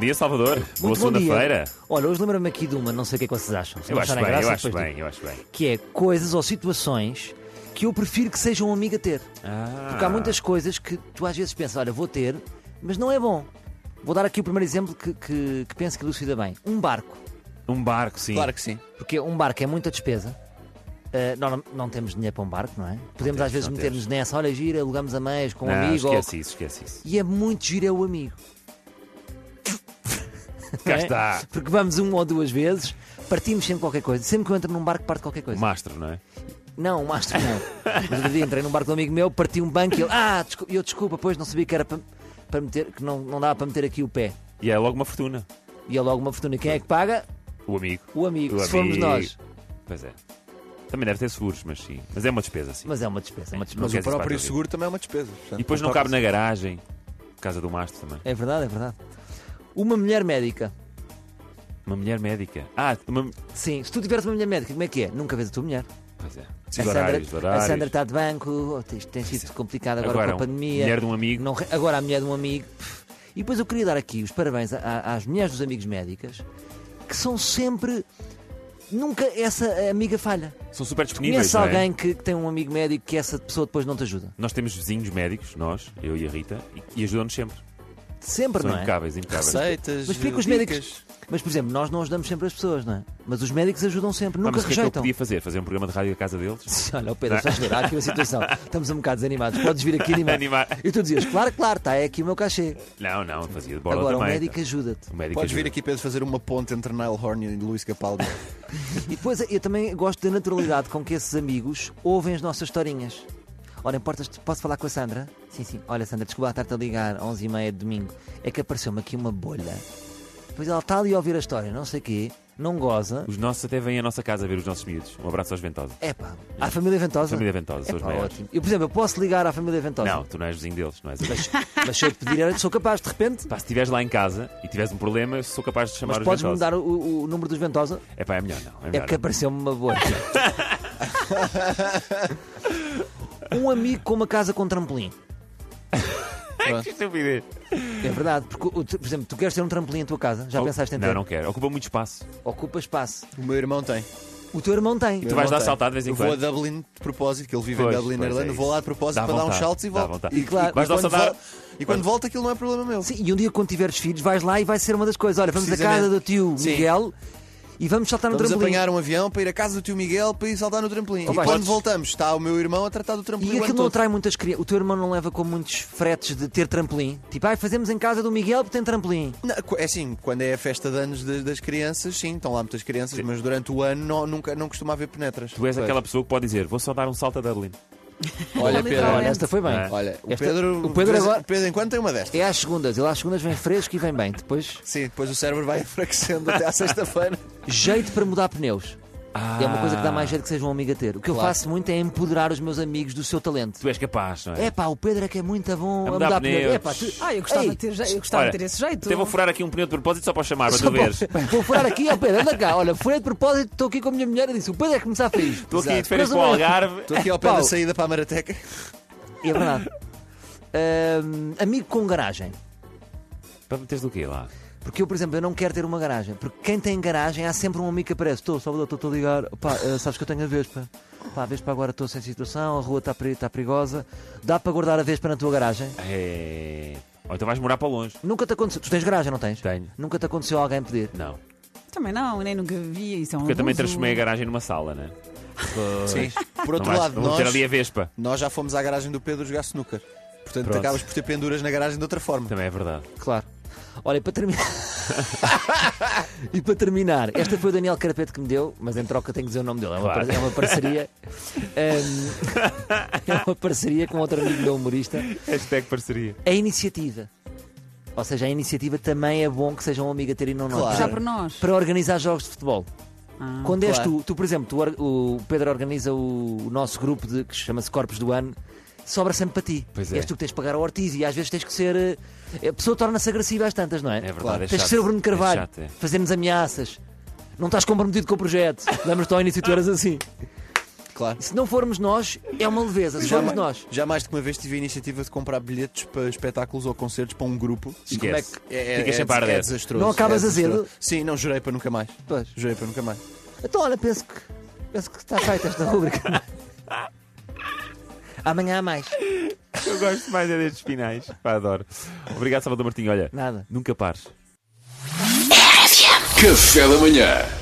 dia, Salvador. Boa Muito bom dia. segunda-feira. Olha, hoje lembra-me aqui de uma, não sei o que é que vocês acham. Se Eu não acho acharem bem, graça, eu acho depois bem, digo. eu acho bem. Que é coisas ou situações que eu prefiro que sejam um amigo a ter. Ah. Porque há muitas coisas que tu às vezes pensas, olha, vou ter, mas não é bom. Vou dar aqui o primeiro exemplo que, que, que penso que elucida bem. Um barco. Um barco, sim. Claro que sim. Porque um barco é muita despesa. Uh, nós não, não temos dinheiro para um barco, não é? Podemos às vezes não meter-nos nessa, olha, gira, alugamos a meias com um Não, amigo. ou- esquece isso, esquece isso. E é muito giro é o amigo. Cá Não é? está. Porque vamos uma ou duas vezes, partimos sempre qualquer coisa. Sempre que eu entro num barco, parto qualquer coisa. Mastro, não é? Não, um mastro não. Mas outro dia entrei num barco de um amigo meu, parti um banco e ele, ah, descul- eu desculpa, pois não sabia que era para, para meter, que não, não dava para meter aqui o pé. E é logo uma fortuna. E é logo uma fortuna. Quem é que paga? O amigo. O amigo, O se formos amigo. nós. Pois é. Também deve ter seguros, mas sim. Mas é uma despesa, sim. Mas é uma despesa, é uma despesa. Não Mas quer dizer o próprio se vai seguro também é uma despesa. portanto, E depois não cabe na garagem. Por causa do mastro também. É verdade, é verdade. Uma mulher médica. É. Uma mulher médica. Ah, uma. Sim, se tu tiveres uma mulher médica, como é que é? Nunca vês a tua mulher. Pois é. a, Os Sandra, horários, os a Sandra horários. está de banco, isto tem sido complicado agora, Agora, com a pandemia. mulher de um amigo. Não re- agora a mulher de um amigo. E depois eu queria dar aqui os parabéns a- a- às mulheres dos amigos médicas que são sempre. Nunca essa amiga falha. São super disponíveis. Conheces não é? alguém que, que tem um amigo médico que essa pessoa depois não te ajuda? Nós temos vizinhos médicos, nós, eu e a Rita, e, e ajudam-nos sempre. Sempre, São não é? impecáveis, impecáveis. Receitas, Mas porquê que os dicas. médicos- Mas, por exemplo, nós não ajudamos sempre as pessoas, não é? Mas os médicos ajudam sempre, Ah, nunca mas o que é que eu rejeitam. podia fazer? Fazer um programa de rádio da casa deles? Olha, o Pedro, estás a ver? Há aqui uma situação. Estamos um bocado desanimados. Podes vir aqui animar. Animar. E tu dizias, claro, claro, está é aqui o meu cachê. Não, não, fazia de bola Agora, também. o médico ajuda-te. O médico Podes vir ajuda. aqui, Pedro, fazer uma ponte entre Nile Horn e Luís Capaldi. E depois eu também gosto da naturalidade com que esses amigos ouvem as nossas historinhas. Ora, importas posso falar com a Sandra? Sim, sim. Olha, Sandra, desculpa lá estar-te a ligar, 11h30 de domingo. É que apareceu-me aqui uma bolha. Depois ela está ali a ouvir a história, não sei o quê, não goza. Os nossos até vêm à nossa casa ver os nossos miúdos. Um abraço aos Ventosa. Epá, à família Ventosa? Família Ventosa, são os Epá, maiores. ótimo. Eu, por exemplo, eu posso ligar à família Ventosa? Não, tu não és vizinho deles, não és amigo. Mas se eu te pedir, era- sou capaz, de repente. Pá, se estiveres lá em casa e tiveres um problema, eu sou capaz de chamar Mas os podes Ventosa. mudar o, o número dos Ventosa? É pá, é melhor não. É É melhor porque não. apareceu-me uma bolha. um amigo com uma casa com trampolim. Que estupidez. É verdade, porque, o- tu- por exemplo, tu queres ter um trampolim em tua casa? Já pensaste em ter? Oh, Não, não quero. Ocupa muito espaço. Ocupa espaço. o meu irmão tem. O teu irmão tem. Tu Meu vais irmão dar tem. saltado de vez em Eu vou a quando. Dublin de propósito, que ele vive Pois, em Dublin, na pois, é Irlanda. isso. vou lá de propósito Dá para dar uns vontade, saltos e dá volto. vontade. E, E claro, vais e dar quando saltar- volto- e quando volta aquilo não é problema meu. Sim, e um dia quando tiveres filhos, vais lá e vai ser uma das coisas. Olha, vamos à casa do Precisamente. tio Sim. Miguel e vamos saltar no Vamos trampolim. apanhar um avião para ir à casa do tio Miguel para ir saltar no trampolim. Oh, e vai. quando Podes- voltamos, está o meu irmão a tratar do um trampolim. E o ano aquilo não todo. atrai muitas crianças. O teu irmão não leva com muitos fretes de ter trampolim. Tipo, ai, fazemos em casa do Miguel porque tem trampolim. Não, é assim, quando é a festa de anos das, das crianças, sim, estão lá muitas crianças, mas durante o ano não, nunca, não costuma haver penetras. Tu és Pois. aquela pessoa que pode dizer: Vou só dar um salto a Dublin. Olha, Pedro, Olha, olha, esta foi bem. É. o Esta- Pedro, o Pedro de vez- agora- de vez em quando tem uma destas. É às segundas. Ele às segundas vem fresco e vem bem. Depois, Sim, depois o cérebro vai enfraquecendo até à sexta-feira. jeito para mudar pneus. É uma coisa que Ah, dá mais jeito que seja um amigo a ter. O que eu Claro. faço muito é empoderar os meus amigos do seu talento. Tu és capaz, não é? É pá, o Pedro é que é muito bom A a mudar mudar pneus. pneus. É pá, tu... Ah, eu gostava, Ei, de, ter, je- eu gostava Olha, de ter esse jeito. Até vou furar aqui um pneu de propósito só para o chamar, para só tu veres. para- Vou furar aqui, ó Pedro, anda cá. Olha, furei de propósito, estou aqui com a minha mulher e disse: o Pedro é que começar a feliz. Estou aqui de Exato. férias Mas para o não- Algarve. Estou aqui ao pé Paulo. da saída para a Marateca. É verdade. Ahm, amigo com garagem. Para meteres do quê lá? Porque eu, por exemplo, eu não quero ter uma garagem. Porque quem tem garagem, há sempre um amigo que aparece. Estou, Salvador, estou- estou a ligar. Pá, eh, sabes que eu tenho a Vespa. Pá, a Vespa agora estou sem situação, a rua está peri- está perigosa. Dá para guardar a Vespa na tua garagem? É... Ou então vais morar para longe. Nunca te aconteceu. Tu tens garagem, não tens? Tenho. Nunca te aconteceu alguém pedir. Não. Também não, nem nunca vi. Isso é um Porque eu também abuso. transformei a garagem numa sala, né? Sim. Por Não outro vais- lado, não vou ter ali a nós, Vespa. nós já fomos à garagem do Pedro jogar snooker. Portanto, Pronto. acabas por ter penduras na garagem de outra forma. Também é verdade. Claro. Olha, e para terminar. e para terminar, esta foi o Daniel Carapeto que me deu, mas em troca tenho que dizer o nome dele. É uma, Claro. par- é uma parceria. Ahm, é uma parceria com outro amigo meu humorista. Hashtag parceria. A iniciativa. Ou seja, a iniciativa também é bom que seja um amigo a ter e não nós. Claro. Já por nós. Para organizar jogos de futebol. Ah. Quando és claro. tu, tu, por exemplo, tu or- o Pedro organiza o, o nosso grupo de, que chama-se Corpos do Ano, sobra sempre para ti. Pois é. És tu que tens de pagar ao Ortiz e às vezes tens que ser. eh, A pessoa torna-se agressiva às tantas, não é? É verdade. Claro. É Tens chato. que ser o Bruno Carvalho, É chato, é. fazer-nos ameaças. Não estás comprometido com o projeto. Lembras-te ao início, tu eras assim. claro. Se não formos nós, é uma leveza. Se formos Jamais- nós. Já mais de uma vez tive a iniciativa de comprar bilhetes para espetáculos ou concertos para um grupo. E como é Esquece. que é, é, Ficas é, sempre a é arder. desastroso. Não acabas é desastroso. azedo? Sim, não, jurei para nunca mais. Pois. Jurei para nunca mais. Então, olha, penso que, penso que está feita esta rubrica. Amanhã há mais. Eu gosto mais é destes finais. Pá, adoro. Obrigado, Salvador Martinho. Olha, Nada. nunca pares. Café da Manhã